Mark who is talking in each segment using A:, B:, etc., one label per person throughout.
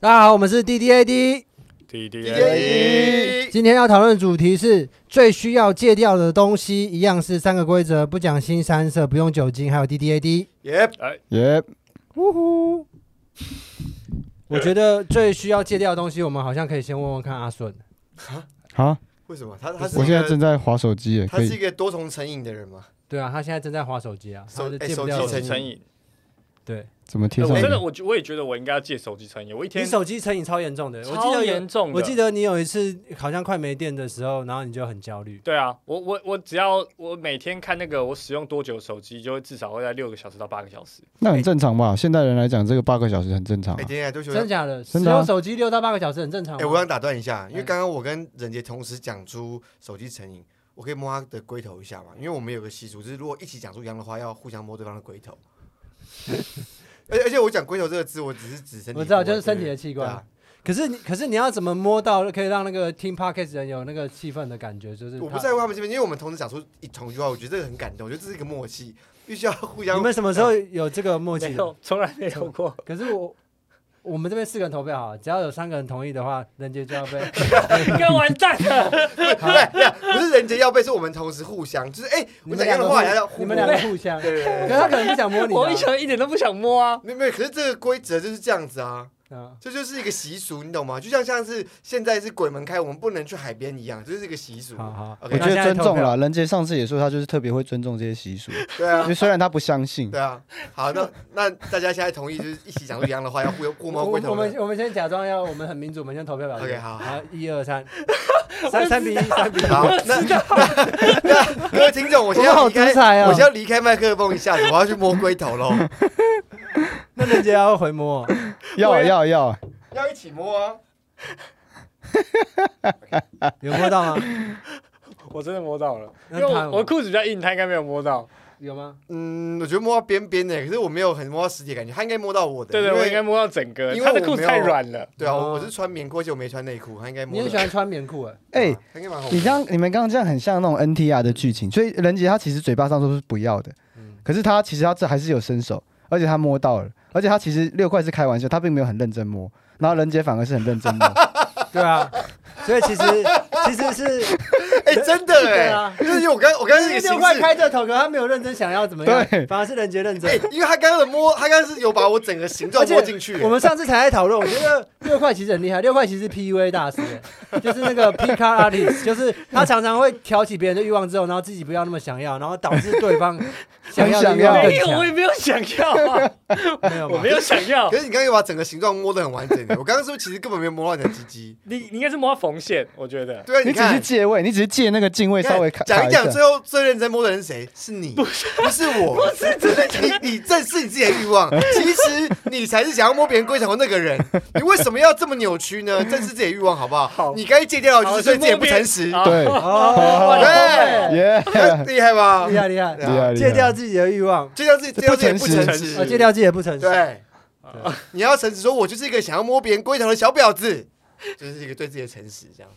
A: 大家好，我们是 D D A D，
B: D D
A: 哎
C: DDA
A: 今天要讨论的主题是最需要戒掉的东西，一样是三个规则：不讲新三色，不用酒精，还有 D D A D。
C: 耶，
B: 耶，
A: 呜呼！我觉得最需要戒掉的东西，我们好像可以先问问看阿顺。
B: 好，
C: 为什么？他他是
B: 我
C: 一
B: 现在
C: 个
B: 正在划手机耶，
C: 他
B: 可
C: 是一
B: 以。
C: 个多重成瘾的人嘛？
A: 对啊，他现在正在划手机啊，他
C: 手
A: 是
C: 哎
A: 戒不
C: 手机
A: 掉
C: 成
A: 的
C: 瘾
B: 成
C: 成
B: 瘾
C: 瘾，
A: 对，
B: 怎么贴
C: 哎
B: 上
C: 我
B: 你？
D: 真的，我觉我也觉得我应该要戒手机成瘾。我一
A: 你
D: 天
A: 手机成瘾超严重的，我记
D: 超
A: 得有
D: 严重的，
A: 我记得你有一次好像快没电的时候，然后你就很焦虑。
D: 对啊，我我我只要我每天看那个我使用多久手机，就会至少会在六个小时到八个小时。
B: 那很正常吧？现代人来讲，这个八个小时很正常啊
C: 哎哎，。等一下，对不起，我
A: 真
C: 想
A: 的假的？使
B: 真的啊
A: 用手机六到八个小时很正常吗。
C: 哎，我想打断一下，因为
A: 嗯
C: 刚刚我跟任杰同时讲出手机成瘾，我可以摸他的龟头一下嘛？因为我们有个习俗，就是如果一起讲出一样的话，要互相摸对方的龟头。而且而且我讲龟头这个字，我只是指身体部位，
A: 我知道就是身体的器
C: 对不对
A: 官
C: 对啊
A: 可是你，可是你要怎么摸到可以让那个听 podcast 人有那个气氛的感觉？就是
C: 我不
A: 他
C: 在乎他们这边，因为我们同时讲出一同一句话，我觉得这个很感动，我觉得这是一个默契，必须要互相。
A: 你们什么时候有这个默
D: 没
A: 契的？
D: 有，从来没有 过。
A: 可是我我们这边四个人投票好了，只要有三个人同意的话，人杰就要 被。
D: 跟完蛋了，
C: 对对，对不是人家要被，是我们同时互相，就是哎，
A: 你
C: 我
A: 们
C: 讲一
A: 两
C: 样
A: 个
C: 的
A: 互
C: 话，也要互
A: 你们两个
C: 摸
A: 互相，
C: 对对对
A: 可
C: 对
A: 是他可能不想摸你、啊。
D: 我一想一点都不想摸啊。
C: 没有没有，可是这个规则就是这样子啊，
A: 嗯，
C: 这就是一个习俗，你懂吗？就像像是现在是鬼门开，我们不能去海边一样，这就是一个习俗。
A: 好好，
C: OK
A: 那
B: 我觉得
A: 现在
B: 尊
A: 投
B: 重
A: 票。
B: 了，人杰上次也说他就是特别会尊重这些习 俗，
C: 对
B: 因
C: 啊，
B: 为虽然他不相信。
C: 对啊。好，那那大家现在同意就是一起讲出一样的 话，要互互
A: 我
C: 摸
A: 我
C: 龟头
A: 我们
C: 了。
A: 我们先假装要我们很民主，我们先投票表决。
C: OK，好好
A: 好，一二 三，三三比一，三比一。
C: 好，那那 那各位听众，我先
A: 我
C: 要
A: 好
C: 离开
A: 独，裁哦
C: 我先要离开麦克风一下子，我要去摸龟头 喽。
A: 那人杰要回摸哦，
B: 要啊要要，
C: 要一起摸啊！
A: 有摸到吗？
D: 我真的摸到了，因
A: 那
D: 为
A: 他有
D: 我
A: 吗
D: 我裤子比较硬，他应该没有摸到。
A: 有吗？
C: 嗯，我觉得摸到边边的，可是我没有很摸到实体的感觉，他应该摸到我的。
D: 对对，
C: 因为
D: 我应该摸到整个，
C: 因为
D: 他的
C: 我
D: 裤子
C: 没有
D: 太软了。
C: 对啊，我
A: 哦
C: 我是穿棉裤，而且我没穿内裤，他应该摸
A: 你
C: 到。
A: 很喜欢穿棉裤哎，
B: 哎，
C: 他应该蛮好摸的。
B: 你刚你们刚刚这样很像那种 NTR 的剧情，所以人杰他其实嘴巴上说是不要的，
A: 嗯，
B: 可是他其实他这还是有伸手，而且他摸到了，而且他其实六块是开玩笑，他并没有很认真摸，然后人杰反而是很认真 摸。
A: 对啊，所以其实其实是
C: 哎、真的
A: 对
C: 哎、
A: 啊，
C: 就是因为我刚我刚刚那个形
A: 六块
C: 式，
A: 开这头，可他没有认真想要怎么样，
B: 对
A: 反而是人杰认真
C: 哎、。因为他刚刚的摸，他刚刚是有把我整个形状
A: 而且
C: 摸进去、
A: 我们上次才在讨论，我觉得六块其实很厉害，六块其实是 PUA 大师，就是那个 p i c a artist，就是他常常会挑起别人的欲望之后，然后自己不要那么想要，然后导致对方想要的欲望
B: 很
A: 更
D: 没有，我也
A: 强。
D: 没有想要 啊，
A: 没有
D: 我
A: 吗
D: 没？有想要
C: 哎可。是你刚刚又把整个形状摸得很完整、哎我刚刚是不是其实根本没有摸到你的鸡鸡？
D: 你你应该是摸到缝线，我觉得。
C: 对啊，
B: 你只是
C: 看，
B: 借位，你只是借那个敬畏
C: 你看
B: 稍微卡
C: 讲
B: 卡
C: 一
B: 一下
C: 讲，最后最认真摸的人是谁？是你，不是我，不是真的。你你正视你自己的欲望，其实你才是想要摸别人龟头的那个人。你为什么要这么扭曲呢？正视自己的欲望好不好？
D: 好
C: 你该戒掉的哦就
D: 好
C: 是对自己不
D: 去摸别
C: 诚实，
D: 好
B: 对，
A: 哦，
C: 对
B: 耶，
C: 厉害吧？
A: 厉害厉害，
C: 对
B: 厉害
C: 啊，
B: 厉害
A: 戒掉自己的欲望，
C: 戒掉自己，戒掉自己的不
B: 不
C: 诚
B: 诚
C: 实，
A: 哦，戒掉自己的不诚实。
C: 对哦
A: 对，
C: 你要诚实说，我就是一个想要摸别人龟头的小婊子，就是一个对自己的诚实，这样。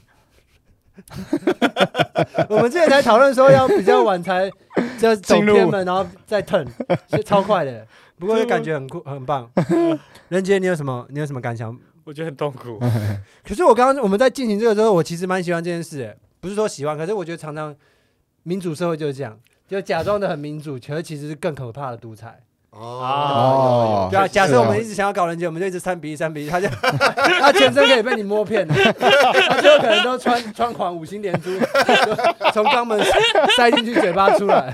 A: 我们之前才讨论说要比较晚才就走偏门，然后再 turn，是超快的。不过就感觉很酷，很棒。任杰，你有什么你有什么感想？
D: 我觉得很 痛苦。哦
A: 可是我刚刚我们在进行这个之后，我其实蛮喜欢这件事，哎不是说喜欢，可是我觉得常常民主社会就是这样，就假装的很民主，可是其实是更可怕的独裁。
B: 哦
A: 对啊，
C: 是啊
A: 假设我们一直想要搞人杰，我们就一直三比一，三比一， 他就他全身可以被你摸遍了，他最后可能都穿穿khoảng五星连珠，就从肛门塞进去，嘴巴出来，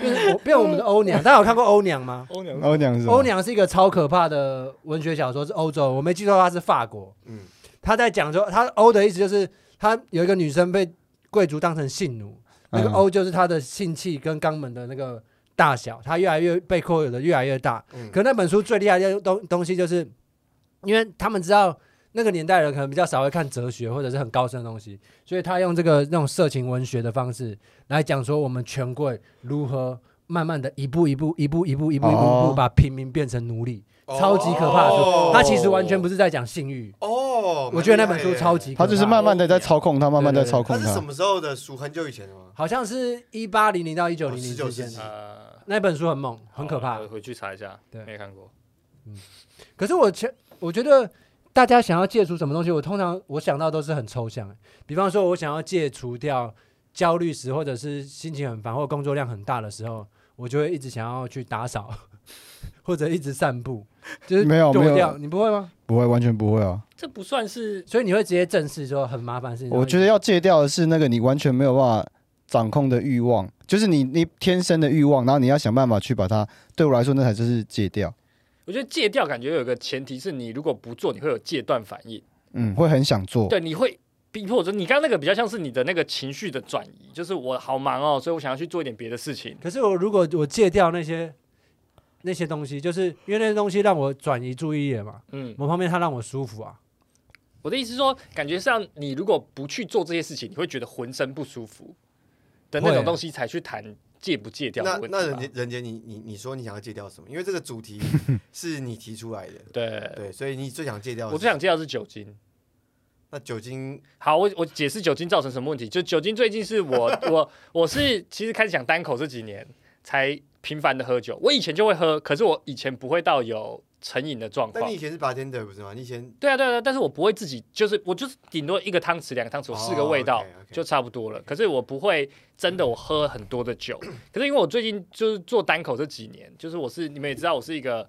A: 变成我变成我们的欧娘。大家有看过欧娘吗？
D: 欧娘
B: 欧娘是什么
A: 欧娘是一个超可怕的文学小说，是欧洲，我没记错，它是法国。
C: 嗯，
A: 他在讲说，他欧的意思就是，他有一个女生被贵族当成性奴，那个
B: 嗯
A: 欧就是她的性器跟肛门的那个大小，她越来越被扩有的越来越大。
C: 嗯
A: 可那本书最厉害的东东西就是，因为他们知道那个年代人可能比较少会看哲学或者是很高深的东西，所以他用这个那种色情文学的方式来讲说我们权贵如何慢慢的一步一步一步一步一步一步一
B: 哦
A: 步把平民变成奴隶，超级可怕的书。他其实完全不是在讲性欲，
C: 哦，
A: 我觉得那本书超级可
B: 他
A: 怕，
B: 就是慢慢的在操控他，慢慢在操
C: 他
B: 控
C: 是什
B: 他。
C: 么时候的书？很久以前的吗？
A: 好像是一八零零到一九零零
C: 19
A: 之间
C: 哦世纪哦嗯
A: 的。
D: 呃，
A: 那本书很猛，很可
D: 好
A: 怕
D: 我。回去查一下，
A: 对
D: 没看过。
A: 可是我前我觉得大家想要戒除什么东西，我通常我想到都是很抽象的，比方说我想要戒除掉焦虑时，或者是心情很烦或工作量很大的时候，我就会一直想要去打扫， 或者一直散步，就是
B: 没有
A: 躲
B: 没有
A: 掉。你不会吗？
B: 不会，完全不会啊！
D: 这不算是
A: 所以你会直接正视说很麻烦的事情。
B: 我觉得要戒掉的是那个你完全没有办法掌控的欲望，就是你你天生的欲望，然后你要想办法去把它。对我来说，那才就是戒掉。
D: 我觉得戒掉，感觉有一个前提是你如果不做，你会有戒断反应。
B: 嗯，会很想做。
D: 对，你会逼迫着你刚刚那个比较像是你的那个情绪的转移，就是我好忙哦，所以我想要去做一点别的事情。
A: 可是我如果我戒掉那些那些东西，就是因为那些东西让我转移注意力了嘛，
D: 嗯，
A: 某方面它让我舒服啊。
D: 我的意思是说，感觉上你如果不去做这些事情，你会觉得浑身不舒服的那
A: 会
D: 种东西，才去谈戒不戒掉
C: 那
D: 的问
C: 那
D: 题吧
C: 人。杰人杰，你你你说你想要戒掉什么？因为这个主题是你提出来的，
D: 对，
C: 对，所以你最想戒掉的
D: 我
C: 是。
D: 最想戒掉的是酒精。
C: 那酒精，
D: 好，我我解释酒精造成什么问题。就酒精最近 是我我我是其实开始讲单口这几年才频繁的喝酒，我以前就会喝，可是我以前不会到有成瘾的状
C: 但
D: 况
C: 你以。前是 bartender 不是吗？你以前
D: 对啊，对啊，对啊但是我不会自己，就是我就是顶多一个汤匙、两个汤匙，我试个味道、
C: 哦，OK，OK
D: 就差不多了。可是我不会真的我喝很多的酒，可是因为我最近就是做单口这几年，就是我是你们也知道我是一个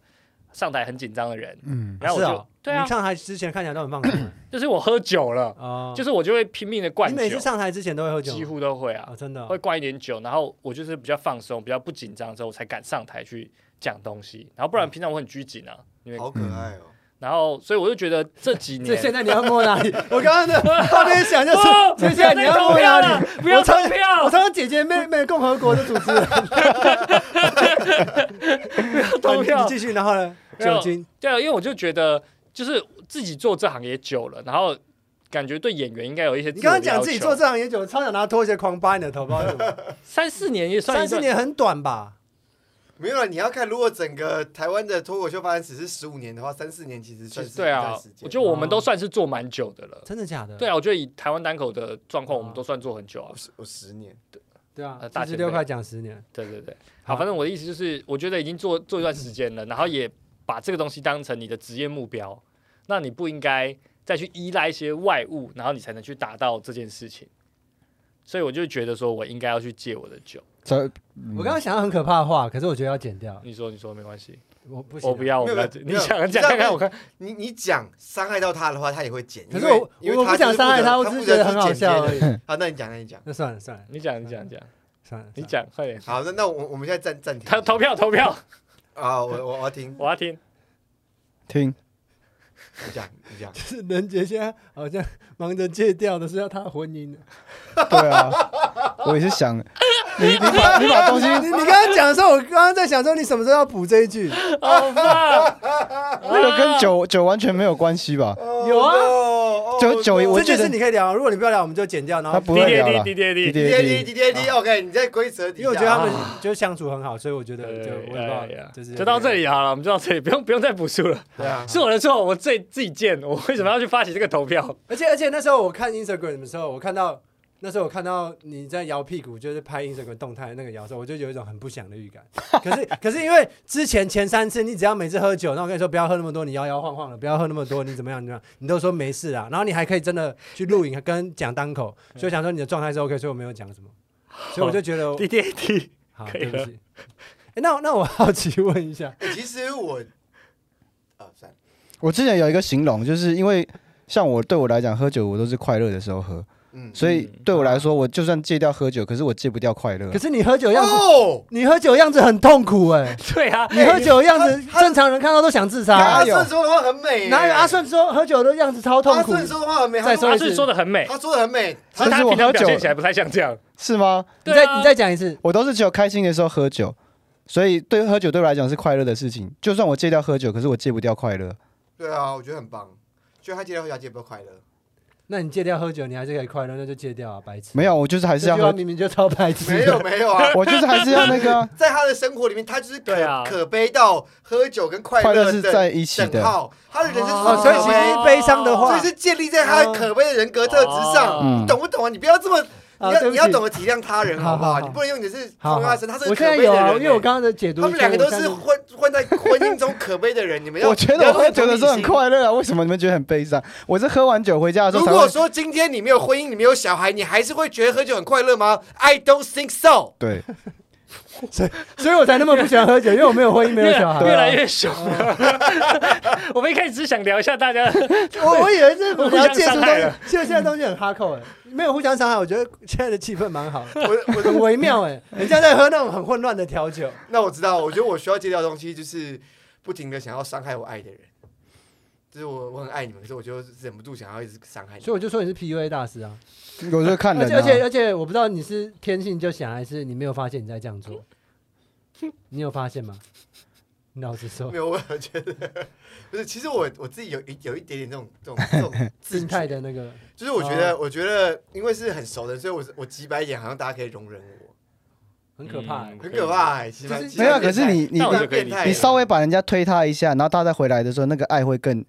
D: 上台很紧张的人，
B: 嗯，
D: 然后我
A: 是
D: 就、
A: 哦
D: 对啊
A: 你，上台之前看起来都很放 松
D: 就是我喝酒了，
A: 啊，
D: 就是是我就会拼命的灌
A: 你每
D: 酒
A: 次，上台之前都会喝酒吗，
D: 几乎都会啊
A: 啊，，真的哦
D: 会灌一点酒，然后我就是比较放松、比较不紧张之后，我才敢上台去讲东西，然后不然平常我很拘谨啊，因为
C: 好可爱哦、
D: 然后所以我就觉得 这几年
A: 这现在你要摸哪里？ 我刚刚的画面想 就是
D: 哦，
A: 接下来你要
D: 不
A: 摸
D: 要再投票
A: 哪
D: 了
A: 里？
D: 不要
A: 我
D: 投
A: 超我
D: 票，
A: 常常姐姐妹妹共和国的主持 人，
D: 投
A: 好
D: 票
A: 你。继续，然后呢？
D: 没有
A: 酒精，
D: 对啊，因为我就觉得，就是自己做这行也久了，然后感觉对演员应该有一些自
A: 你
D: 我
A: 刚刚讲
D: 要
A: 自己
D: 求
A: 做这行也久，超想拿拖鞋狂扒你的头，不知道 为什么
D: 三四年也算
A: 三
D: 一
A: 四
D: 段，
A: 年很短吧？
C: 没有了，你要看，如果整个台湾的脱口秀发展史是十五年的话，三四年其实
D: 其
C: 算
D: 实
C: 是
D: 对
C: 一
D: 啊
C: 段时，间
D: 我觉得我们都算是做蛮久的了。
A: 真的假的？
D: 对啊，我觉得以台湾单口的状况，
A: 哦
D: 我们都算做很久啊
C: 我。十我十年，
A: 对啊
D: 呃，大
A: 三
D: 前
A: 十
D: 辈
A: 六块讲十年，
D: 对对对，好，反正我的意思就是，我觉得已经做做一段时间了，然后也把这个东西当成你的职业目标，那你不应该再去依赖一些外物，然后你才能去达到这件事情。所以我就觉得说，我应该要去戒我的酒。
B: 才
D: 嗯
A: 我
B: 嗯
A: 刚刚想到很可怕的话，可是我觉得要剪掉，
D: 你说，你说没关系。
A: 我啊不行啊
D: 我不。要，我
C: 没
D: 不
C: 有
D: 要
C: 没有。没
D: 你
C: 有
D: 想
C: 你知
D: 讲
C: 道
D: 看
C: 没
D: 看，
C: 有
D: 我看
C: 你你讲伤害到他的话，他也会剪。
A: 可是
C: 因为
A: 我
C: 因为
A: 我
C: 他
A: 不想
C: 就是
A: 伤害
C: 负责
A: 他，我
C: 他
A: 只
C: 负
A: 是
C: 责
A: 觉得很好
C: 剪接
A: 笑
C: 的
A: 而已。
C: 好，那你讲，那你讲。
A: 那算了算了
D: 你讲，你讲，你讲，
A: 算了，
D: 你讲，快点。
C: 好，那那我我们现在暂暂停一下。
D: 投投票，投票，
C: 啊，我我我要听，
D: 我要听。
B: 听
C: 你讲你讲。
A: 就是任杰现在好像忙着戒掉的是要他婚姻。
B: 对啊，我也是想你你把你把东西
A: 你你刚刚讲的时候，我刚刚在想说你什么时候要补这一句？
D: 好棒！
B: 那个跟酒酒完全没有关系吧？
A: 有啊
C: No，
B: 九
C: oh
B: 九
C: no
B: 我
A: 这
B: 觉
A: 件
B: 得
A: 事你可以聊，如果你不要聊，我们就剪掉。然
B: 他
A: 后
B: 不
D: 滴
B: 会聊
D: 滴
B: 了。
D: 滴滴滴滴。
B: 滴滴
C: D A D D A
B: 啊
C: D，OK，你在规则底下。
A: 因为我觉得他
D: 啊
A: 们就是相处很好，所以我觉得就我也不知道
D: 哎呀，
A: 就是
D: 就到这。里好了，我们就到这里，不用不用再补述了。
C: 对啊，
D: 是我的错，我自己自己贱，我为什么要去发起这个投 票？
A: 而且而且那时候我看 Instagram 的时候，我看到那时候我看到你在摇屁股，就是拍 Instagram 动态那个摇的时候，我就有一种很不祥的预感。 可是可是因为之前前三次，你只要每次喝酒，那我跟你说不要喝那么多，你摇摇晃晃的，不要喝那么多，你怎么样你怎么样，你都说没事啊，然后你还可以真的去录影跟讲单口，所以我想说你的状态是 OK，所以我没有讲什么，所以我就觉得
D: 滴滴滴。
A: 好，
D: 可以
A: 对
D: 了
C: 哦
A: 不起。哎 那那我好奇问一下，
C: 欸其实我，啊，算了，
B: 我之前有一个形容，就是因为像我对我来讲，喝酒我都是快乐的时候喝，
C: 嗯，
B: 所以
D: 嗯
B: 对我来说，我就算戒掉喝酒，可是我戒不掉快乐啊
C: 嗯
A: 可。是你喝酒样子，
C: 哦，
A: 你喝酒样子很痛苦哎、
D: 对啊，
A: 你喝酒样子，
C: 哦他他
A: 正常人看到都想自杀、啊
B: 哪
C: 阿
B: 有
C: 顺说的话很美欸，
A: 哪有阿顺说喝酒的样子超痛
C: 阿
A: 苦？
C: 顺说的话很美，他
A: 再
C: 说
A: 一
D: 阿
A: 次
D: 顺说的很美，
C: 他说的很美，
D: 可是
B: 但
D: 他
B: 是我
D: 平常
B: 喝酒
D: 表现起来不太像这样。
B: 是吗？
A: 你
D: 对啊
A: 再你再讲一次，
B: 我都是只有开心的时候喝酒，所以对喝酒对我来讲是快乐的事情。就算我戒掉喝酒，可是我戒不掉快乐。
C: 对啊，我觉得很棒，觉得他戒掉喝酒戒 不快乐，
A: 那你戒掉喝酒，你还是可以快乐，那就戒掉啊，白痴。
B: 没有，我就是还
A: 这
B: 是
A: 句
B: 要
A: 话
B: 喝，，
A: 明明就超白痴的。
C: 没有没有啊
B: 我就是还是要那 个啊
C: 在他的生活里面，他就是
D: 对
C: 可、
D: 啊
C: 可悲到喝酒跟快
B: 快乐
C: 乐
B: 是
C: 等
B: 在一起
C: 等
B: 的。
C: 号，他的人生是
A: 哦，所以其
C: 可悲
A: 实悲伤的
C: 所
A: 话
C: 以，是建立在他可悲的人格特质上，
B: 嗯
C: 你懂不懂啊？你不要这么，
A: 啊
C: 你要
A: 对不
C: 你
A: 起
C: 要懂得体谅他人，好不
A: 好好
C: 好？
A: 好
C: 你不能用你的是
A: 好
C: 同
A: 好
C: 他身，他是
A: 我
C: 个
A: 现在
C: 可悲
A: 有
C: 的
A: 啊，
C: 人
A: 因为我
C: 欸
A: 刚刚的解读，
C: 他们两个都
A: 所以
C: 是
A: 我现在
C: 混混在婚姻中可悲的人，你 们要
B: 我觉
C: 你
B: 得
C: 要
B: 我喝酒
C: 同
B: 的
C: 理
B: 时候很
C: 心
B: 快乐啊，为什么你们觉得很悲伤？我是喝完酒回家的时
C: 如
B: 候才
C: 果
B: 会。
C: 说今天你没有婚姻，你没有小孩，你还是会觉得喝酒很快乐吗？I don't think so。
B: 对，
A: 所以我才那么不喜欢喝酒，因为我没有婚姻，没有
D: 越
A: 小
D: 来
B: 啊
A: 孩。
D: 越来越熊了。 我们一开始只是想聊一下大家，
C: 啊
A: 我我以为是
D: 互
A: 我
D: 相
A: 要借助
D: 伤
A: 东
D: 害
A: 西
D: 了，
A: 现在现在东西很哈扣哎，没有互相伤害，我觉得现在的气氛蛮好的，
C: 我我
A: 很微妙哎，人家在喝那种很混乱的调酒，
C: 那我知道，我觉得我需要戒掉的东西就是不停的想要伤害我爱的人，就是我我很爱你们，可是我就忍不住想要一直伤害你
A: 所以
C: 们。
A: 我就说你是 PUA 大师啊，
B: 我就看
A: 而
B: 人、
A: 且
B: 啊。
A: 而且而且我不知道你是天性就想，还是你没有发现你在这样做，你有发现吗？你老实说
C: 没，有，我觉得不是。其实我我自己有一有一点点这种这种这 种自
A: 病态
C: 觉，
A: 的那个
C: 就是我觉
B: 啊
C: 得、我觉得因为是很熟的，所以我我几百眼好像大家可以容忍我，
A: 很可怕欸
D: 嗯，
C: 很可怕、欸。其实
A: 就是
B: 没有啊，可是你你
D: 那我
C: 蛮
D: 就可以
C: 变态
B: 你
C: 的
B: 稍微把人家推他一下，然后他再回来的时候，那个爱会更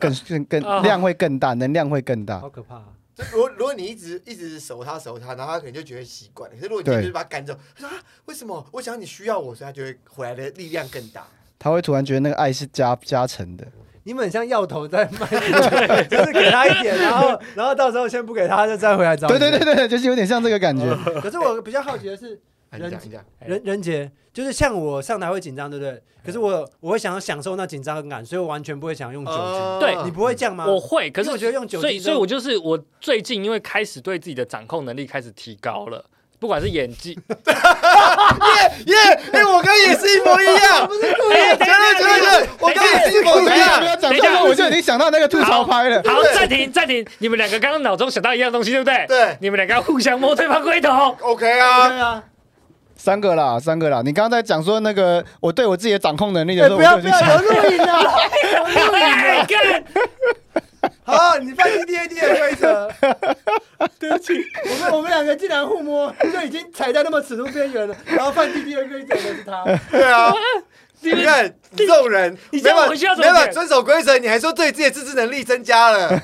B: 更更
D: 啊
B: 更量会更大，能量会更大
A: 好。可怕啊。
C: 就如果如果你一直一直熟他熟他，然后他可能就觉得习惯了。可是如果你
B: 对
C: 就是把他赶走，他说啊，为什么？我想你需要我，所以他就会回来的力量更大。
B: 他会突然觉得那个爱是加加成的。
A: 你们很像药头在卖药，就是给他一点，然后然后到时候先不给他，就再回来找你。
B: 对对对对，对就是有点像这个感觉。
A: 对。可是我比较好奇的是，
C: 啊你
A: 人
C: 讲你讲，
D: 哎
A: 任任杰就是像我上台会紧张，对不对？可是我我会想要享受那紧张感，所以我完全不会想用酒
C: 呃
A: 精。
D: 对
A: 你不会这样吗？
D: 我会，可是
A: 因为我觉得用酒精
D: 所以
A: 都
D: 所以我就是我最近因为开始对自己的掌控能力开始提高了，不管是演技，
C: 耶！哎，我刚也是一模一样，不是故意，绝对绝对绝对，我刚也是一模
B: 哎我
C: 一
B: 没有没
C: 样。
B: 有讲
D: 等一下
B: 这个，我 就已经想到那个吐槽拍了。
D: 好，暂停暂停，你们两个刚刚脑中想到一样东西，对不对？
C: 对
D: 你们两个要互相摸对方龟头。
C: OK
A: 对
C: 啊，
A: 啊，
B: 三个啦，三个啦。你刚才讲说那个我对我自己的掌控能力的
A: 哎
B: 时候，
A: 不
B: 我就
A: 要
B: 已
A: 不
B: 经想
A: 要有录影啊！
D: 哎干
A: 好，你放弃 D A D 的规则。对不起，我们我们两个竟然互摸，就已经踩在那么尺度边缘了，然后犯 D D 的规则的是他。
C: 对啊，
D: 你
C: 你
D: 们
C: 看这种人，
D: 你
C: 没
D: 这样
C: 办
D: 回去要
C: 法
D: 怎
C: 没
D: 么
C: 办法
D: 讲
C: 遵守规则，你还说对自己的自制能力增加了，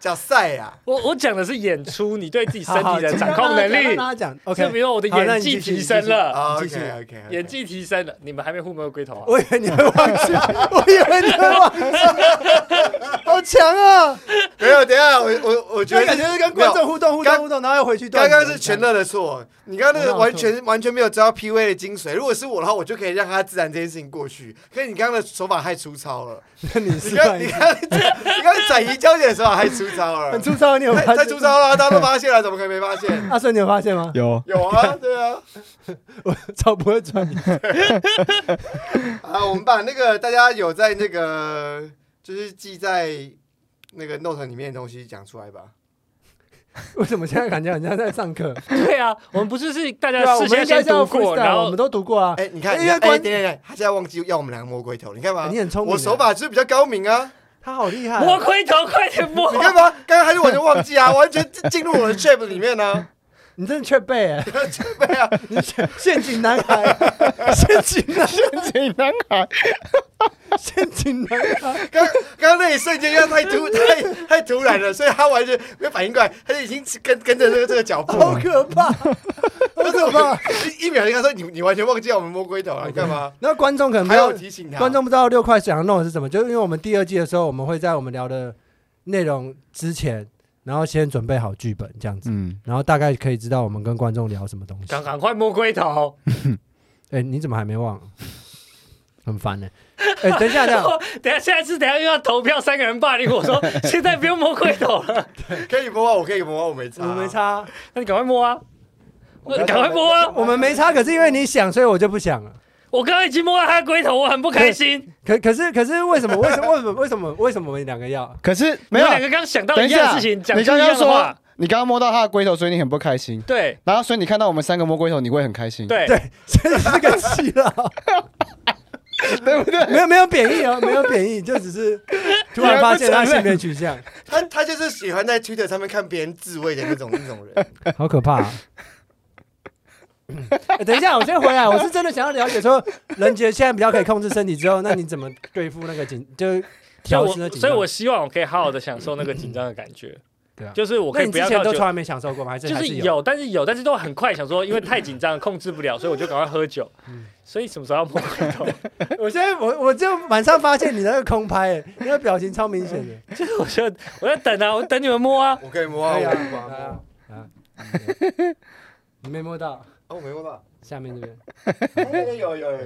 C: 叫赛啊！
D: 我我讲的是演出，你对自己身体的掌控能
A: 让
D: 力。
A: 他讲
D: 就比
A: ，OK。
D: 如说我的
A: 好那
D: 演
A: 你
D: 技
A: 继续
D: 提升了，
C: 啊
A: 你继续
C: OK OK，
D: 演技提升了，你们还没互摸龟头啊？
A: 我以为你会忘记，我以为你会忘记，好强啊！
C: 没有，等一下我我我觉
A: 就
C: 得
A: 感觉是跟观
C: 没有
A: 众互动、互动、
C: 刚
A: 互动，然后又回去断
C: 刚
A: 层。
C: 刚是全乐的错，你刚刚
A: 哦
C: 那个完全完全没有知道 P V 的精髓。如果是我的话，我就可以让他自然这件事情过去。可是你刚刚的手法太粗糙了，
A: 那你
C: 你
A: 是啊
C: 刚你刚你刚刚转移焦点的手法太粗糙 了
A: 很，粗糙，你有发
C: 太
A: 现？
C: 太粗糙了，大家都发现了，怎么可能没发现？
A: 阿顺，你有发现吗？
B: 有
C: 有 啊，对啊，
A: 我超不会转移。
C: 啊，我们把那个大家有在那个就是记在那个 note 里面的东西讲出来吧。
A: 为什么现在感觉好像在上课？
D: 对啊，我们不是是大
A: 对
D: 家
A: 啊，我
D: 事
A: 们应该
D: 先先
A: 是要
D: 读过，然
A: freestyle，我
D: 后
A: 们都读过啊。
C: 哎，你看，
A: 因为
C: 你看哎，
A: 关
C: 等一下等一下，他现在忘记要我们两个摸龟头，你看吧
A: 哎，你很聪明，
C: 我手，法就是比较高明啊。
A: 他好厉害啊。
D: 摸龟头，快点摸
C: 你！干嘛？刚刚还是完全忘 记啊，完全进入我的 trap 里面啊呢、
A: 你真的却背 哎，
C: 对啊，
A: 你是陷阱男 孩，陷阱男，
B: 陷阱男孩，
A: 陷阱男孩。
C: 刚刚刚那一瞬间，因为太 突太太突然了，所以他完全没反应过来，他就已经跟跟着这个这个脚步
A: 好
C: 了。
A: 可怕，好可怕！
C: 一一秒，应该说你你完全忘记我们摸龟头了，你干嘛？
A: 那观众可能不
C: 还要
A: 要，
C: 提醒他。
A: 观众不知道六块想要弄的是什么，就是因为我们第二季的时候，我们会在我们聊的内容之前，然后先准备好剧本这样子，
B: 嗯，
A: 然后大概可以知道我们跟观众聊什么东西。
D: 赶赶快摸龟头！
A: 哎、你怎么还没忘？ 很烦呢、哎、等一下，等一下，
D: 等一下下一次等一下又要投票，三个人霸凌我说现在不用摸龟头了，
C: 可以摸啊，我可以摸啊，我没差、
A: 我没。差，
D: 那你赶快摸啊！
C: 不要
D: 赶快摸啊！
A: 我们没差，可是因为你想，所以我就不想了。
D: 我刚刚已经摸到他的龟头，我很不开心。
A: 可可是可是为什么为什么为什么为什么为什么我们两个要？
B: 可是
D: 你
B: 没有啊
D: 们。两个刚想到
B: 等
D: 一
B: 一
D: 样
B: 下
D: 的事情，讲
B: 你
D: 出
B: 刚
D: 一
B: 刚
D: 样的
B: 说
D: 话。
B: 你刚刚摸到他的龟头，所以你很不开心。
D: 对
B: 然后所以你看到我们三个摸龟头，你会很开心，
D: 对，
A: 对，所以是个气了，
B: 对不对？
A: 没有没有贬义哦，没有贬义，就只是突然发现他性别取向，
C: 他他就是喜欢在 Twitter 上面看别人自慰的那种那种人。
A: 好可怕、啊。哎等一下，我先回来，我是真的想要了解说，人杰现在比较可以控制身体之后，那你怎么对付那个紧，就是
D: 所以
A: 调
D: 我
A: 试那紧
D: 所
A: 张？
D: 以我希望我可以好好的享受那个紧张的感觉。
A: 对啊。
D: 就是我可
A: 那
D: 以
A: 你
D: 不
A: 之
D: 要
A: 前
D: 到
A: 都
D: 酒
A: 从，来没享受过吗？还是
D: 就
A: 还
D: 是
A: 是？
D: 有，但是有，但是都很快想说，因为太紧张控制不了，所以我就赶快喝酒。
A: 嗯
D: 所以什么时候要摸回头？
A: 我现在我我就晚上发现你那个空拍、欸，你那表情超明显的。
D: 就是我就我在等啊，我等你们摸啊。
C: 我可以摸啊，
A: 可以
C: 我
A: 啊
C: 可 以摸啊
A: 来啊
C: 摸
A: 啊！你没摸到
C: 啊，我没摸到，
A: 下面这边，
C: 哎有有有有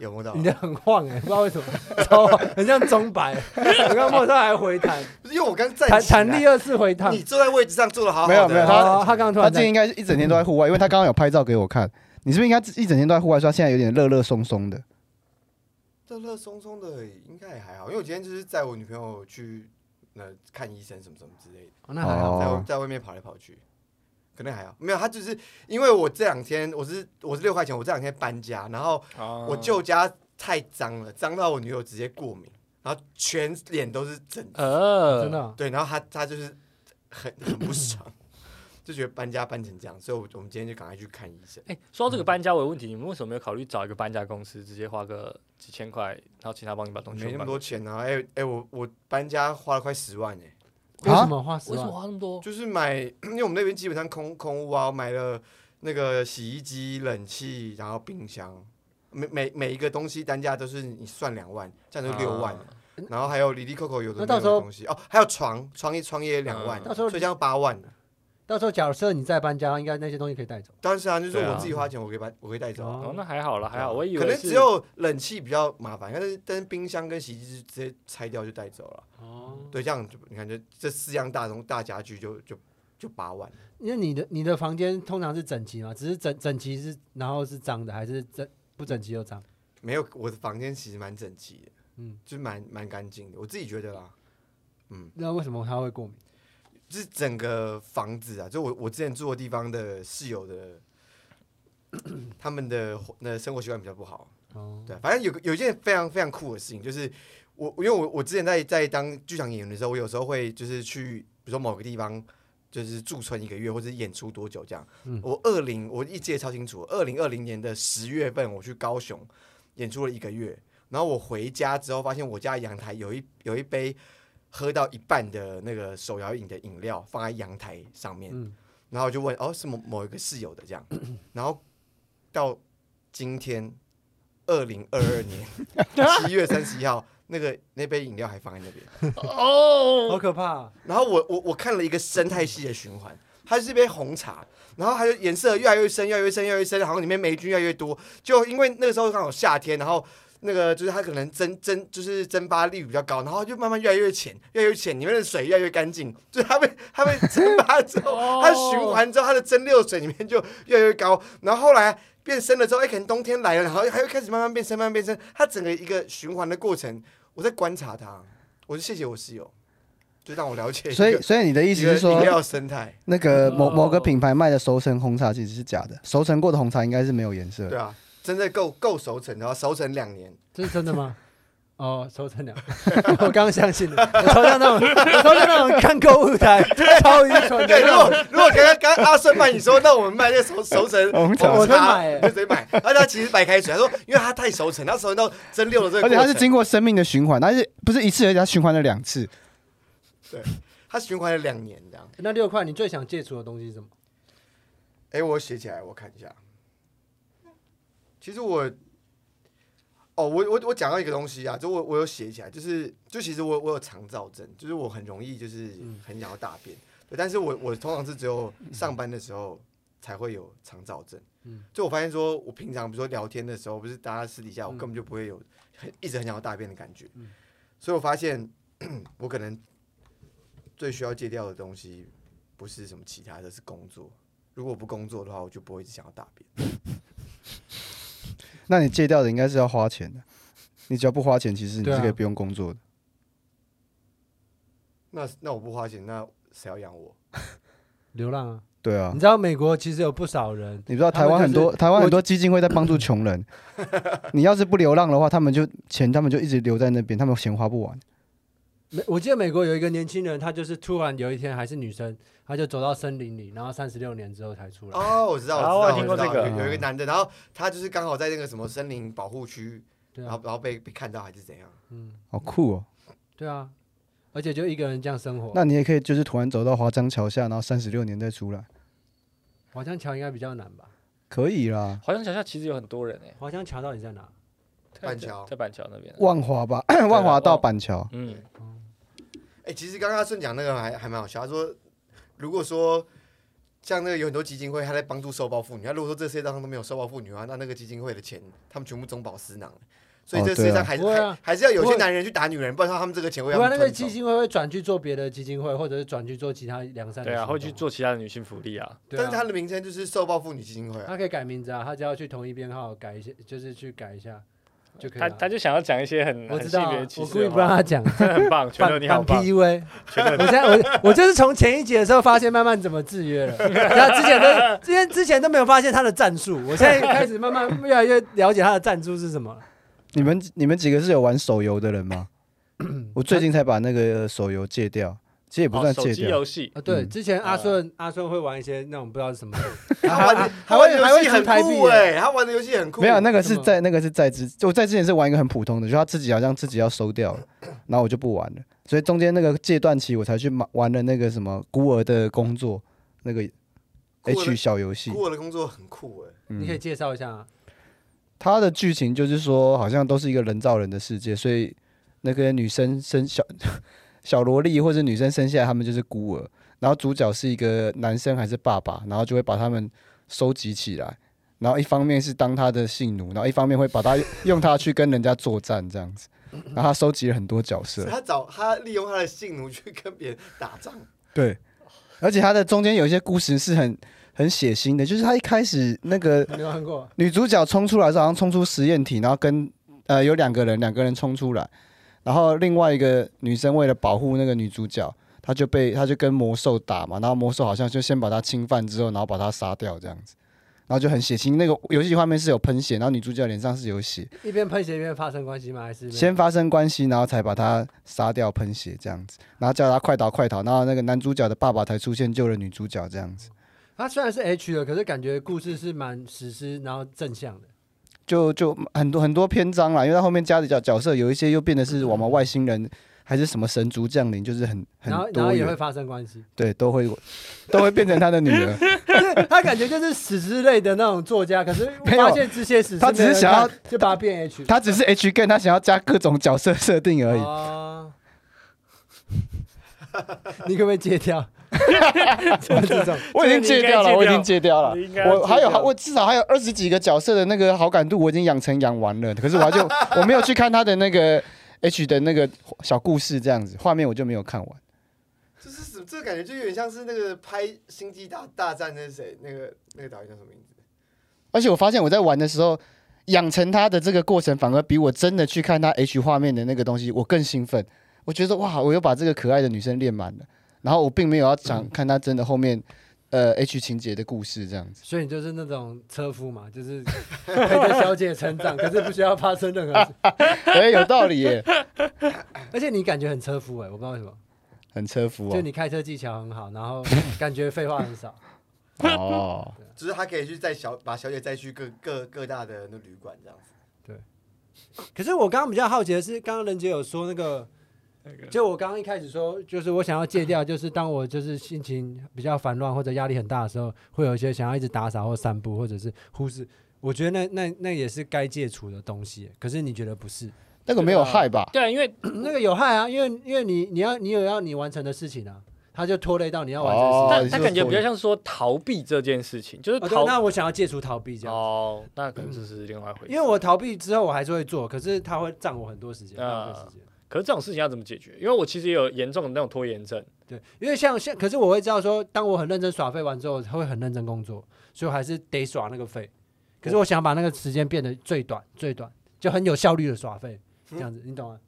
C: 有摸到
A: 你，的很晃哎、不知道为什么，超晃很像钟摆。我刚摸到还回弹，
C: 不是因为我刚站
A: 弹
C: 起来
A: 弹第二次回弹。
C: 你坐在位置上坐的好好的，
B: 没有没有他
A: 哦他刚刚突
B: 他
A: 然
B: 今天
A: 在
B: 应该是一整天都在户外，因为他刚刚有拍照给我看。你是不是应该一整天都在户外？说他现在有点热热松松的，
C: 这热松松的应该也还好，因为我今天就是载我女朋友去那看医生什么什么之类的，
A: 哦那还好，
B: 哦
C: 在外在外面跑来跑去，可能还好。没有，他就是因为我这两天我是我是六块钱，我这两天搬家，然后我舅家太脏了，脏到我女友直接过敏，然后全脸都是疹子。
D: 呃，
A: 真的哦、
C: 对，然后他他就是很很不爽， 就觉得搬家搬成这样，所以我我们今天就赶快去看医生。
D: 哎、说到这个搬家，我有问题，你们为什么没有考虑找一个搬家公司，直接花个几千块，然后请他帮你把东西
C: 没那么
D: 搬？
C: 多钱啊！哎、哎、我我搬家花了快十万哎、
A: 为什么啊花十
D: 为什么
A: 万？
D: 花那么多？
C: 就是买，因为我们那边基本上空空屋啊，我买了那个洗衣机、冷气，然后冰箱，每每每一个东西单价都是你算两万，这样就六万、
D: 啊
C: 然后还有离离扣扣有
A: 那
C: 的
A: 到
C: 没有
A: 时候
C: 的东西哦，还有床，床一床也两万、
D: 嗯
A: 到时候
C: 所以这样八万。
A: 到时候假设你再搬家，应该那些东西可以带走。
C: 当时啊，就是
D: 对啊
C: 我自己花钱，我可以把我可以带走啊。
D: 哦，那还好了，还好，我以为
C: 可能
D: 是
C: 只有冷气比较麻烦，但是但是冰箱跟洗衣机就直接拆掉就带走了。
A: 哦，
C: 对，这样就你看，就这四样大东大家具就就就八万。
A: 因为你的你的房间通常是整齐嘛，只是整整齐是然后是脏的，还是整不整齐又脏？
C: 没有，我的房间其实蛮整齐
A: 嗯
C: 的，嗯，就是蛮蛮干净的，我自己觉得啦，嗯，
A: 那为什么他会过敏？
C: 就是整个房子啊，就我我之前住的地方的室友的， 他们的那生活习惯比较不好，
A: 哦，
C: 对，反正有个有一件非常非常酷的事情，就是我因为我我之前在在当剧场演员的时候，我有时候会就是去比如说某个地方。就是驻村一个月，或者演出多久这样。
A: 嗯
C: 我二零我一记得超清楚，二零二零年的十月份我去高雄演出了一个月，然后我回家之后发现我家阳台有一有一杯喝到一半的那个手摇饮的饮料放在阳台上面，
A: 嗯
C: 然后我就问哦是某某一个室友的这样，然后到今天二零二二年七月三十一号，那个那杯饮料还放在那边。
A: 好
D: 哦，
A: 可怕啊、
C: 然后我我我看了一个生态系的循环，它是一杯红茶，然后它就颜色越来越深，越来越深，越来越深，好像里面霉菌越来越多。就因为那个时候刚好夏天，然后那个就是它可能蒸蒸就是蒸发率比较高，然后就慢慢越来越浅，越来越浅，里面的水越来越干净，就是它被它被蒸发之后，它循
D: 哦
C: 环之后，它的蒸馏水里面就越来越高，然后后来变深了之后，哎、可能冬天来了，然后它又开始慢慢变深，慢慢变深，它整个一个循环的过程，我在观察它，我就谢谢我室友，就让我了解一个，
B: 所以所以你的意思是
C: 一个呃
B: 说
C: 饮，料生态，
B: 那个某
D: 哦
B: 某个品牌卖的熟成红茶其实是假的，熟成过的红茶应该是没有颜色
C: 对
B: 的。
C: 啊，真的够够熟成，然后熟成两年，
A: 这是真的吗？哦，抽成两，我刚刚相信了，我抽到那种，我抽到那种看购物台超愚蠢的
C: 对，如
A: 那
C: 果
A: 种，
C: 如果刚刚刚刚阿顺卖你说，那我们卖那个熟熟成
B: 红茶
C: 茶，
A: 我会买欸
C: 你就直接买。而且他其实白开水，他说因为它太熟成，他熟成到蒸馏的这个
B: 而
C: 过
B: 且
C: 程，
B: 它是经过生命的循环，但是不是一次而已，它循环了两次。
C: 它循环了两年这样。
A: 那六块，你最想戒除的东西是什么？
C: 哎、我写起来，我看一下。其实我，哦，我我我讲到一个东西啊，就我我有写起来，就是就其实我我有肠燥症，就是我很容易就是
A: 嗯
C: 很想要大便，对，但是我我通常是只有上班的时候才会有肠燥症。
A: 嗯
C: 就我发现说，我平常比如说聊天的时候，不是大家私底下，我根本就不会有很一直很想要大便的感觉，
A: 嗯
C: 所以我发现 我可能最需要戒掉的东西不是什么其他的，是工作。如果我不工作的话，我就不会一直想要大便。
B: 那你戒掉的应该是要花钱的，你只要不花钱，其实你
A: 对啊
B: 是可以不用工作的。
C: 那那我不花钱，那谁要养我？
A: 流浪啊！
B: 对啊
A: 你，知道美国其实有不少人，
B: 你知道台湾很多台湾很多基金会在帮助 穷人，你要是不流浪的话，他们就钱他们就一直留在那边，他们钱花不完。
A: 美我记得美国有一个年轻人，他就是突然有一天还是女生，他就走到森林里，然后三十六年之后才出来。
C: 哦，我知道，
D: 啊
C: 我知
D: 我
C: 道，
D: 听过
C: 我知道
D: 这个
C: 有有一个嗯男的，然后他就是刚好在那个什么森林保护区，
A: 对
C: 然
A: 啊
C: 后，然后被被看到还是怎样？
A: 嗯，
B: 好酷哦！
A: 对啊，而且就一个人这样生活。
B: 那你也可以就是突然走到华江桥下，然后三十六年再出来，
A: 华江桥应该比较难吧？
B: 可以啦。
D: 华强桥下其实有很多人哎、
A: 华江桥到底在哪？
D: 在
C: 板桥
D: 在板桥那
C: 呃
D: 边，
B: 万华 吧， 万
C: 啊
B: 华到板桥，
D: 嗯，
C: 哎、其实刚刚阿顺讲那个还还蛮好笑，他说如果说像那个有很多基金会，他在帮助受暴妇女，那如果说这世界上都没有受暴妇女的话，那那个基金会的钱他们全部中饱私囊，所以
B: 哦
C: 这世界
B: 对
C: 上
B: 啊
C: 还、
A: 不会啊
C: 还还是要有
A: 不
C: 些
A: 会
C: 男人去打女人，不然他们这个钱会
A: 不
C: 要
A: 然那个
C: 吞
A: 基
C: 走。
A: 金会会转去做别的基金会，或者是转去做其他良善的
D: 对啊，
A: 行动
D: 会去。做其他的女性福利啊，
A: 对
C: 但
A: 啊
C: 是他的名称就是受暴妇女基金会、啊，
A: 他可以改名字啊，他只要去同一编号改一些，就是去改一下就可以
D: 他
A: 了。
D: 他就想要讲一些很
A: 我
D: 很
A: 知
D: 性
A: 道啊、
D: 别歧
A: 我
D: 视
A: 故意
D: 的
A: 不让
D: 话，
A: 他讲，
D: 真的很棒，全都
A: 反
D: 你好
A: 反
D: 棒，
A: PUA。
D: 全 都
A: 我现在我我就是从前一集的时候发现，慢慢怎么制约 了。然后之前都之前之前都没有发现他的战术，我现 在开始慢慢越来越了解他的战术是什么了。
B: 你们
C: 啊
B: 你们几个是有玩手游的 人吗？我最近才把那个手游戒掉，其实也不
D: 哦
B: 算
D: 手
B: 戒
D: 机
B: 掉，
D: 游戏
A: 啊，对，
B: 嗯
A: 之前阿顺
D: 啊
A: 阿顺会玩一些那种不知道是什么，
C: 他玩的
A: 还
C: 他
A: 会
C: 玩的
A: 还会
C: 游戏
A: 还会
C: 很
A: 排
C: 酷
A: 比
C: 哎、他玩的游戏很酷。
B: 没有啊那个
A: 什
B: 是
A: 么
B: 在那个是在之我在之前是玩一个很普通的，就他自己好像自己要收掉 了，然后我就不玩了，所以中间那个戒断期我才去买玩了那个什么孤儿的工作那个
C: 孤儿的
B: H 小游戏，嗯
C: 酷我的工作很酷哎、
D: 嗯
A: 你可以介绍一下啊。
B: 它的剧情就是说，好像都是一个人造人的世界，所以那个女生生小 小萝莉或者女生生下来，她们就是孤儿。然后主角是一个男生还是爸爸，然后就会把他们收集起来，然后一方面是当他的性奴，然后一方面会把他用他去跟人家作战这样子。然后他收集了很多角
C: 所
B: 色
C: 以，他找他利用他的性奴去跟别人打仗，
B: 对，而且他的中间有一些故事是很很血腥的，就是他一开始那个
A: 没有玩过，
B: 女主角冲出来的时候，好像冲出实验体，然后跟呃有两个人，两个人冲出来，然后另外一个女生为了保护那个女主角，她就被她就跟魔兽打嘛，然后魔兽好像就先把她侵犯之后，然后把她杀掉这样子，然后就很血腥。那个游戏画面是有喷血，然后女主角脸上是有血，
A: 一边喷血一边发生关系吗？还是
B: 先发生关系，然后才把她杀掉喷血这样子，然后叫她快逃快逃，然后那个男主角的爸爸才出现救了女主角这样子。
A: 他虽然是 H 的，可是感觉故事是蛮史诗，然后正向的。
B: 就就很多很多篇章啦，因为他后面加的角角色有一些又变得是我们外星人，还是什么神族降临，就是很很
A: 然后，然
B: 多
A: 后也会
B: 元，
A: 发生关系，
B: 对，都会都会变成他的女儿。
A: 他感觉就是史诗类的那种作家，可是
B: 没有
A: 发现这些史诗
B: 他只是
A: 没人
B: 想要
A: 看就把它变 H
B: 他只是 H 跟他想要加各种角色设定而已。
A: 哦 你可不可以戒掉？ 怎么这种
B: 我已经戒掉
D: 这
B: 了，
D: 个
B: 我已
D: 你应该戒掉啊
B: 经戒掉了
D: 你应该。要
B: 我还有
D: 戒掉
B: 我至少还有二十几个角色的那个好感度，我已经养成养完了。可是我还就我没有去看他的那个 H 的那个小故事这样子，画面我就没有看完。
C: 这是什么？这个感觉就有点像是那个拍《星际大大战》那谁那个那个导演叫什么名字？
B: 而且我发现我在玩的时候，养成它的这个过程，反而比我真的去看它 H 画面的那个东西，我更兴奋。我觉得哇，我又把这个可爱的女生练满了，然后我并没有要想看她真的后面，呃 H 情节的故事这样子。
A: 所以你就是那种车夫嘛，就是陪着小姐成长，可是不需要发生任何事，
B: 哎、有道理耶，
A: 而且你感觉很车夫哎、我不知道为什么，
B: 很车服
A: 就
B: 哦。
A: 你开车技巧很好，然后感觉废话很少，
B: 哦，
C: 啊就是他可以去载小把小姐载去各各各大的那旅馆这样子。
A: 可是我刚刚比较好奇的是，刚刚仁杰有说那个，就我刚刚一开始说，就是我想要戒掉，就是当我就是心情比较烦乱或者压力很大的时候，会有一些想要一直打扫或散步，或者是忽视。我觉得那那那也是该戒除的东西，可是你觉得不是？
B: 那个没有害吧？
D: 对啊，因为
A: 那个有害啊，因为因为你你要你有要你完成的事情啊，他就拖累到你要完成
B: 哦
A: 的
D: 他
A: 事
B: 你
A: 情。
D: 他
B: 是
D: 感觉
B: 说
D: 比较像说逃避这件事情，就是
A: 哦对，
D: 逃
A: 那我想要戒除逃避这样，
D: 哦，那可能就是另外一回事。
A: 因为我逃避之后我还是会做，可是他会占我很多时间，浪费时间。
D: 可是这种事情要怎么解决？因为我其实也有严重的那种拖延症，
A: 对，因为像像，可是我会知道说，当我很认真耍废完之后，他会很认真工作，所以我还是得耍那个废。可是我想把那个时间变得最短最短，就很有效率的耍废，这样子，你懂吗？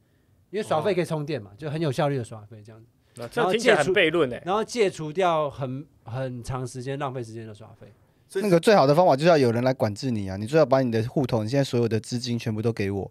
A: 因为耍废可以充电嘛，就很有效率的耍废这样子，
D: 那
A: 然
D: 这
A: 后
D: 听起来
A: 戒
D: 很
A: 除
D: 悖论哎。
A: 然后戒除掉很很长时间浪费时间的耍废。
C: 所以
B: 那个最好的方法就是要有人来管制你啊！你最好把你的户头，你现在所有的资金全部都给我，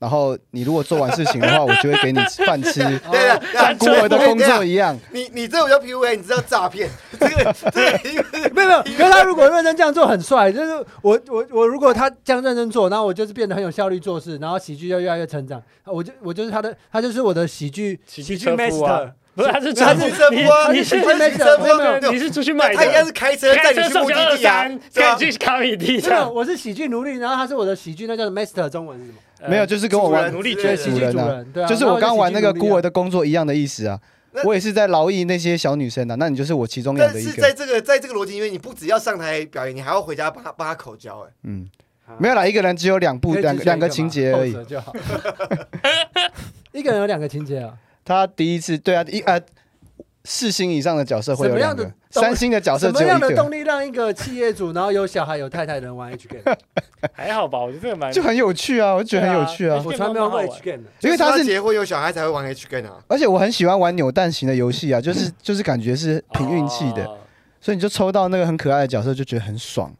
B: 然后你如果做完事情 的话，我就会给你饭 吃，
A: 哦
C: 对 啊，对啊
B: 像孤儿的工作一样。
C: 你你这种叫 PUA，你知道诈骗？这个这个
A: 没有没有，可是他如果认真这样做很帅，就是我我我如果他这样认真做，然后我就是变得很有效率做事，然后喜剧就越来越成长，我就我就是他的，他就是我的喜剧
D: 喜剧
A: 剧
D: 车夫啊
A: master，
D: 不是，他是
C: 他是车夫啊
D: 你你是
A: 他是
D: 没有
A: 车夫
D: 没有没
A: 没有
D: 有，你是出去买
C: 他应该
D: 的
C: 是，开车
D: 开
C: 带你
D: 车
C: 去
D: 送
C: 目
D: 你二
C: 的地啊
D: 三，，
C: 对
D: 可
C: 啊
D: 以去卡米地
A: 真的，
D: 上，
A: 我是喜剧奴隶，然后他是我的喜剧，那叫 master 中文是什么？
D: 呃
B: 没有，就是跟我玩
D: 奴隶
C: 对
D: 角
A: 对，
D: 色
A: 喜剧主
B: 主人啊
A: 人，对啊，
B: 就是
A: 然
B: 我
A: 后
B: 刚玩那个
A: 喜剧奴
B: 孤
A: 隶啊
B: 儿的工作一样的意思啊
C: 那。
B: 我也是在劳役那些小女生啊，那你就是我其中养
C: 但
B: 的一
C: 是
B: 个
C: 在。这个在这个逻辑里面，你不只要上台表演，你还要回家帮他帮他口交，哎，
B: 嗯，没有啦，一个人只有两部
A: 啊可以
B: 两
A: 只
B: 个
A: 选
B: 两
A: 一
B: 个
A: 嘛
B: 情节而已
A: 后。者就好。一个人有两个情节啊，
B: 他第一次对啊，一呃四星以上的角色会有两
A: 什
B: 个
A: 么样，的动
B: 三星的角色
A: 什
B: 只
A: 么
B: 有一
A: 样的
B: 个，
A: 动力让一个企业主，然后有小孩有太太的人玩 H game？
D: 还好吧？我觉得这个蛮
B: 就很有趣啊，我就觉得很有趣啊
D: 对，
A: 我从来没玩过
D: 这个蛮好
A: H
D: 玩
A: game 的。
B: 因为
C: 就
B: 他
C: 要
B: 是
C: 结婚有小孩才会玩 H 跟啊。
B: 而且我很喜欢玩扭蛋型的游戏 啊，就是就是感觉是凭运气的，
D: 哦
B: 所以你就抽到那个很可爱的角色就觉得很爽，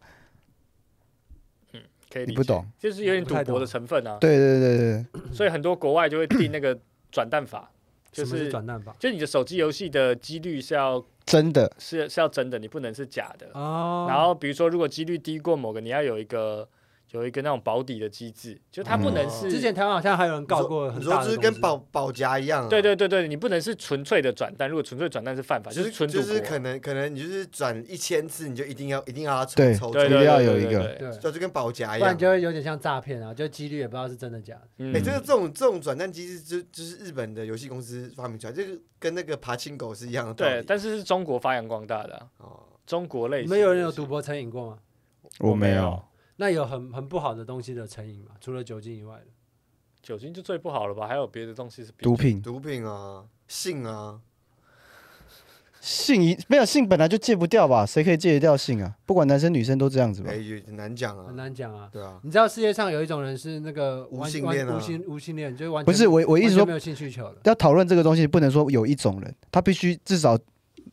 D: 可以理
B: 你
D: 解
B: 不，懂？
D: 就是有点赌博的成分啊。
B: 对对对对对，
D: 所以很多国外就会定那个转蛋法，
B: 嗯
D: 就
A: 什么
D: 是
A: 转蛋法？
D: 就你的手机游戏的几率是要
B: 真的
D: 是是要真的，你不能是假的。
A: 哦，
D: 然后比如说，如果几率低过某个，你要有一个有一个那种保底的机制，就它不能是、
A: 哦之前台湾好像还有人告过
C: 你
A: 很
C: 说
A: 大
C: 你
A: 的
C: 说
A: 东
C: 就
A: 西，
C: 是跟保保夹一样
B: 嗯
C: 啊，
D: 对对对对，你不能是纯粹的转蛋，如果纯粹转蛋是犯法，就是纯赌
C: 就
D: 博。
A: 啊
C: 是可能可能你就是转一千次，你就一定要一定要他抽
B: 对
C: 抽
D: 对对
B: 一定
D: 对
B: 要
D: 对
B: 有一
D: 对
B: 个
D: 对
A: 对，
C: 就就跟保夹一
A: 不然
C: 样。
A: 就会有点像诈骗啊，就几率也不知道是真的假的。
D: 嗯
C: 哎、这个这种这种转蛋机制，就就是日本的游戏公司发明出来，这个跟那个爬青狗是一样的
D: 嗯
C: 道
D: 对
C: 理，。
D: 但是是中国发扬光大的啊、
C: 哦，
D: 中国类
A: 你
D: 型。
A: 们有人有赌？博成瘾过吗？
B: 我
D: 没
B: 没有，
A: 那有很很不好的东西的成瘾吗？除了酒精以外的，
D: 酒精就最不好了吧？还有别的东西是比
B: 毒品
C: 毒品啊，性啊，
B: 性一没有性本来就戒不掉吧，谁可以戒得掉性啊？不管男生女生都这样子吧
C: 哎、。也很难讲
A: 很
C: 啊，
A: 难讲啊。
C: 对啊，
A: 你知道世界上有一种人是那个
C: 无
A: 完
C: 性
A: 完
C: 恋啊
A: 无性无性恋，就是完全
B: 不是我我意思
A: 完全
B: 说
A: 没有性需求的。
B: 要讨论这个东西，不能说有一种人，他必须至少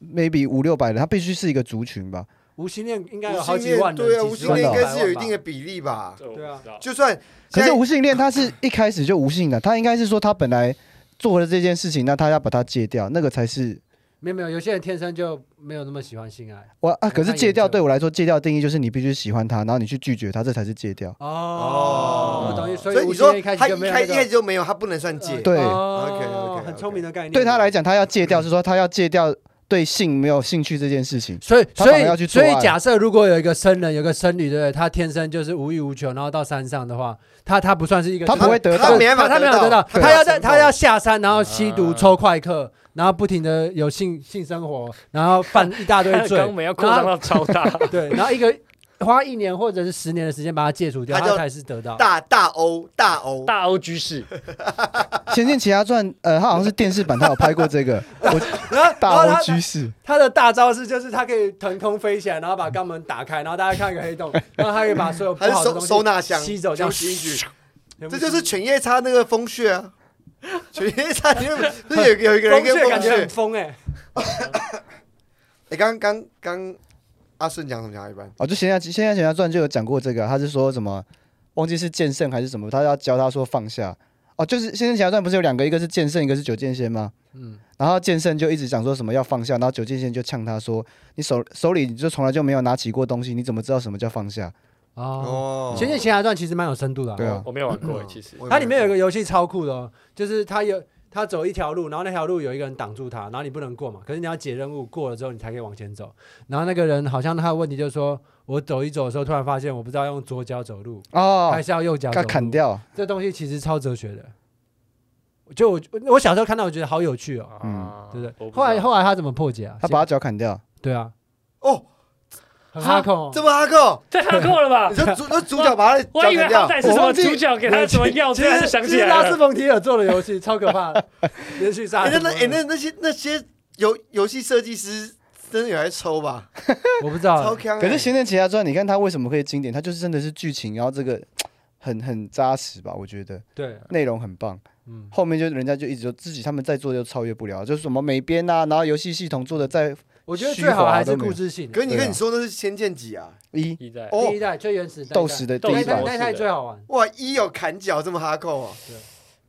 B: maybe 五六百人，他必须是一个族群吧。
A: 无性恋应该有好
C: 无性
A: 几万
C: 恋
A: 人，
C: 对啊，
A: 几
C: 无
A: 十
C: 性
A: 万
C: 恋应
A: 人
C: 该是有一定的
A: 吧。
C: 比例吧。
D: 这我不
A: 对啊
D: 知道
C: 就算
B: 可
C: 现
B: 是
C: 在
B: 无性恋他是一开始就无性的，他应该是说他本来做了这件事情，那他要把它戒掉，那个才是
A: 没有没有，有些人天生就没有那么喜欢性爱。
B: 我啊。
A: 那
B: 可是
A: 他
B: 戒
A: 也
B: 掉
A: 就
B: 对我来说，戒掉定义就是你必须喜欢他，然后你去拒绝他，这才是戒掉。
A: 哦，我懂意思。
C: 所
A: 所以
C: 以
A: 无性
C: 你说
A: 恋一开
C: 他
A: 始就
C: 一
A: 没有
C: 开
A: 那
C: 一开始
A: 个呃
C: 就没有，他不能算戒。
B: 对
A: 哦
C: OK，OK，OK
A: 很聪明的概念。
B: 对他来，讲，他要戒掉是说他要戒掉对性没有兴趣这件事情。
A: 所以
B: 他
A: 所
B: 反而要去
A: 以
B: 做
A: 所
B: 爱
A: 以假设如果有一个僧人，有个僧侣，对不对？他天生就是无欲无求，然后到山上的话，他他不算是一个
B: 他不会得到
C: 他没办法
A: 他没有得
C: 得
A: 到，
C: 到
A: 他要在
C: 对啊
A: 他要下山，然后吸毒、
C: 嗯
D: 啊
A: 抽快克，然后不停的有性性生活，然后犯一大堆
D: 他的
A: 罪
D: 肛，门要扩张到超大，
A: 对，然后一个花一年或者是十年的时间把它戒除掉，
C: 他
A: 他
C: 就
A: 才是得到。
C: 大大欧大欧，
D: 大欧居士，
B: 《仙剑奇侠传》呃，他好像是电视版，他有拍过这个
A: 然后
B: 大
A: 然
B: 欧
A: 后他
B: 居士，
A: 他的大招式就是他可以腾空飞起来，然后把肛门打开，然后大家看一个黑洞，然后他可以把所有不
C: 还是
A: 好的
C: 收
A: 东西
C: 收纳箱
A: 吸走，这样
C: 全部吸进去，
A: 全部
C: 这
A: 吸
C: 就是犬夜叉那个风穴啊。犬夜叉里面不是 有有一个
A: 风
C: 人跟
A: 穴，
C: 风
A: 感觉很
C: 穴？
A: 疯哎。
C: 哎，刚刚刚阿顺讲什么讲到一半？
B: 哦，就《仙剑奇仙剑奇侠传》就有讲过这个，他是说什么，忘记是剑圣还是什么，他要教他说放下。哦，就是《仙剑奇侠传》不是有两个，一个是剑圣，一个是九剑仙吗？
A: 嗯，
B: 然后剑圣就一直讲说什么要放下，然后九剑仙就呛他说：“你手手里你就从来就没有拿起过东西，你怎么知道什么叫放下
A: 哦，
C: 哦
A: 《仙剑奇侠传》其实蛮有深度的啊。
B: 对啊
D: 我没有玩过欸其实。
C: 我也没
A: 它里面有一个游戏超酷的哦，就是它有它走一条路，然后那条路有一个人挡住他，然后你不能过嘛。可是你要解任务，过了之后你才可以往前走。然后那个人好像他的问题就是说，我走一走的时候，突然发现我不知道用左脚走路，？”
B: 哦
A: 还，是要右脚走
B: 要
A: 路
B: 砍。掉。
A: 这东西其实超哲学的。就我我小时候看到，我觉得好有趣哦，
D: 啊
A: 对不对？
D: 我知道
A: 后来后来他怎么破解啊？
B: 他把他脚砍掉，
A: 对啊，
C: 哦，
A: 很哈控哦
C: 这么阿克，
D: 太哈扣了吧
C: 你？说主那主角把他的
D: 我
C: 脚
D: 以为
C: 砍
D: 他
C: 掉，
D: 带是什么主角给他什么药，
A: 其
D: 突然就
A: 实
D: 想
A: 其
D: 起
A: 实
D: 来
A: 拉斯
D: 了。
A: 冯提尔做的游戏超可怕的，连续杀
C: 哎，那
A: 人魔
C: 那
A: 那
C: 哎那那些那些游游戏设计师真的有来抽吧？
A: 我不知道
C: 超
A: 啊，
C: 强欸。
B: 可是《仙剑奇侠传》，你看他为什么可以经典？他就是真的是剧情，然后这个很很扎实吧？我觉得
A: 对，
B: 内容很棒。
A: 嗯，
B: 后面就人家就一直就自己他们在做就超越不了，就是什么美编啊，然后游戏系统做的再
A: 我觉得
B: 虚
A: 最好
B: 华
A: 还
B: 都
A: 是
B: 没
A: 故
B: 有
A: 事性的。
C: 可是你
B: 对
C: 看
B: 啊
C: 你说那是《仙剑几》啊？
B: 一
D: 一代
C: 哦
A: 第一代最原始，
B: 斗士的第
A: 那一
B: 一
A: 代
B: 版
D: 斗，士
A: 那一代最好玩。
C: 哇，一有砍脚这么哈扣啊！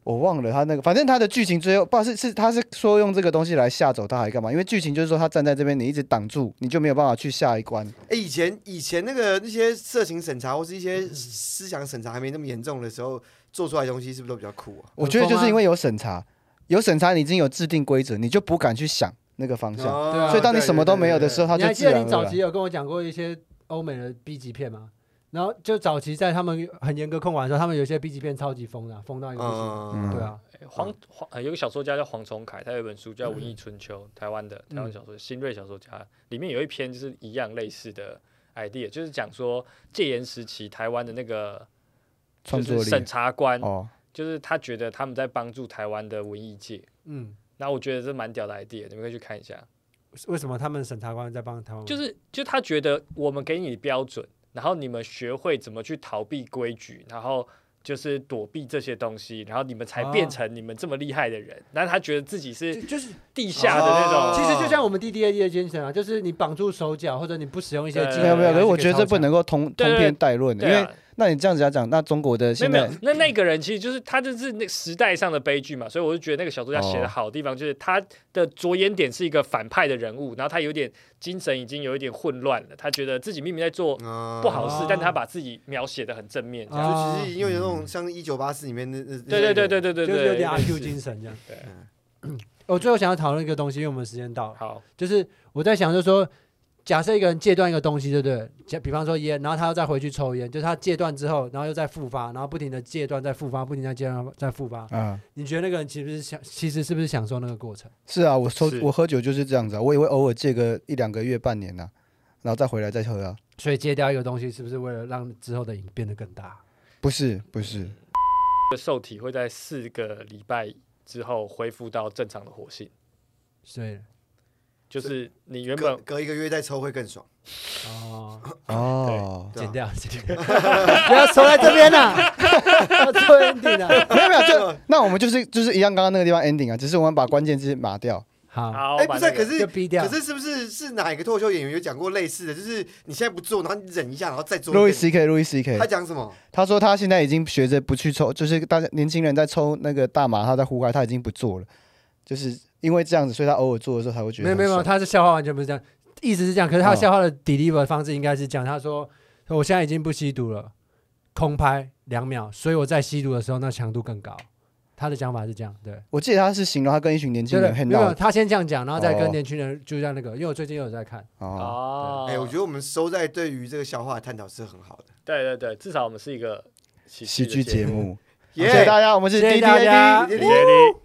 B: 我忘了他那个，反正他的剧情最后，不知道是是他是说用这个东西来吓走他，还干嘛？因为剧情就是说他站在这边，你一直挡住，你就没有办法去下一关。
C: 哎，以前以前那个那些色情审查或是一些
B: 嗯
C: 思想审查还没那么严重的时候，做出来的东西是不是都比较酷啊？
B: 我觉得就是因
A: 为
B: 为有审查，有审查，你已经有制定规则，你就不敢去想那个方向。
C: 哦
A: 对啊
B: 所以当你什么都没有的时候，，他
A: 你
B: 就
A: 还
B: 自
A: 记
B: 然
A: 得你
B: 而
A: 早期
B: 然。
A: 有跟我讲过一些欧美的 B 级片吗？然后就早期在他们很严格控管的时候，他们有一些 B 级片超级疯的啊，疯到一
C: 对
A: 个不行。
C: 嗯，
A: 对啊，
D: 哎黄黄呃有个小说家叫黄崇凯，他有一本书叫《文艺春秋》，台湾的台湾小说新锐小说家，里面有一篇就是一样类似的 idea，就是讲说戒严时期台湾的那个就
B: 创作
D: 是
B: 力
D: 审查官，
B: 哦，
D: 就是他觉得他们在帮助台湾的文艺界，
A: 嗯，
D: 那我觉得这蛮屌的 idea，你们可以去看一下。
A: 为什么他们审查官在帮台湾？
D: 就是就他觉得我们给你标准，然后你们学会怎么去逃避规矩，然后就是躲避这些东西，然后你们才变
A: 啊
D: 成你们这么厉害的人。那他觉得自己是
A: 就就是
D: 地下的那
C: 哦
D: 种，
B: 啊
A: 其实就像我们 D D A D 的精神啊，就是你绑住手脚，或者你不使用一些
D: 对
A: 技能。
B: 没有没有，
A: 还
B: 可是我觉得
A: 可以
B: 这不能够通
D: 对对
B: 通篇概论，因
D: 对
B: 为
D: 啊，
B: 那你这样子要讲，那中国的
D: 没有
B: 现
D: 没
B: 在
D: 有，那那个人其实就是他，就是那时代上的悲剧嘛。所以我就觉得那个小说家写
B: 哦
D: 的好的地方，就是他的着眼点是一个反派的人物，然后他有点精神已经有一点混乱了，他觉得自己明明在做
C: 嗯
D: 不好的
B: 啊
D: 事
A: 哦，
D: 但他把自己描写的很正面，这样。
A: 啊
C: 就其实因为有那种像《一九八四》里面那那
D: 对对对对对对
A: 讨论，就
D: 对，
A: 是有点阿
D: 类似
A: Q 精神这样。
D: 对
A: 我最后想要讨论一个东西，因为我们时间到了，
D: 好，
A: 就是我在想，就是说，假设一个人戒断一个东西，对不对？假比方说烟，然后他又再回去抽烟，就是他戒断之后，然后又再复发，然后不停的戒断再复发，不停的戒断再复发。
B: 啊，
A: 你觉得那个人其实是享，其实是不是享受那个过程？
B: 是啊，我抽
C: 是
B: 我喝酒就是这样子啊，我也会偶尔戒个一两个月、半年呐、然后再回来再喝啊。
A: 所以戒掉一个东西，是不是为了让之后的瘾变得更大？
B: 不是不是，
D: 这个受体会在四个礼拜之后恢复到正常的活性，
A: 所以，
D: 就是你原
C: 隔
D: 本
C: 隔一个月再抽会更爽。
A: 哦，
B: 哦，
C: 对啊
A: 剪掉，剪掉， 不要抽在这边啦， 要抽 ending 啦。
B: 没有没有，这那我们就是就是一样刚刚那个地方 ending 啊，只是我们把关键字码掉。
A: 好，
D: 好，
C: 哎，
D: 把
C: 不是啊，
D: 那个
C: 可是
A: 就逼掉
C: 可。是是不是是哪一个脱口秀演员有讲过类似的？就是你现在不做，然后你忍一下，然后再做一遍。
B: 路易 C K 路易 C
C: 他
B: K，
C: 讲什么？
B: 他说他现在已经学着不去抽，就是大家年轻人在抽那个大麻，他在户外他已经不做了，就是因为这样子，所以他偶尔做的时候才会觉得
A: 没有没有没有，
B: 很爽
A: 他是笑话完全不是这样，意思是这样，可是他
B: 哦
A: 笑话的 deliver 方式应该是这样，他说我现在已经不吸毒了，空拍两秒，所以我在吸毒的时候那强度更高。他的讲法是这样，对，
B: 我记得他是形容他跟一群年轻
A: 对
B: 人
A: 对，
B: 很
A: 没有，
B: 闹
A: 他先这样讲，然后再跟
B: 哦
A: 年轻人就像那个，因为我最近有在看，
B: 哦，
D: 哦，
C: 哎，我觉得我们收在对于这个笑话的探讨是很好的。
D: 对对对，至少我们是一个喜
B: 喜剧节
D: 目，
B: 目，谢
C: 耶
B: 谢大家，我们是
A: 谢谢
B: D D
A: 大
B: A D
A: 家。
D: 谢谢你。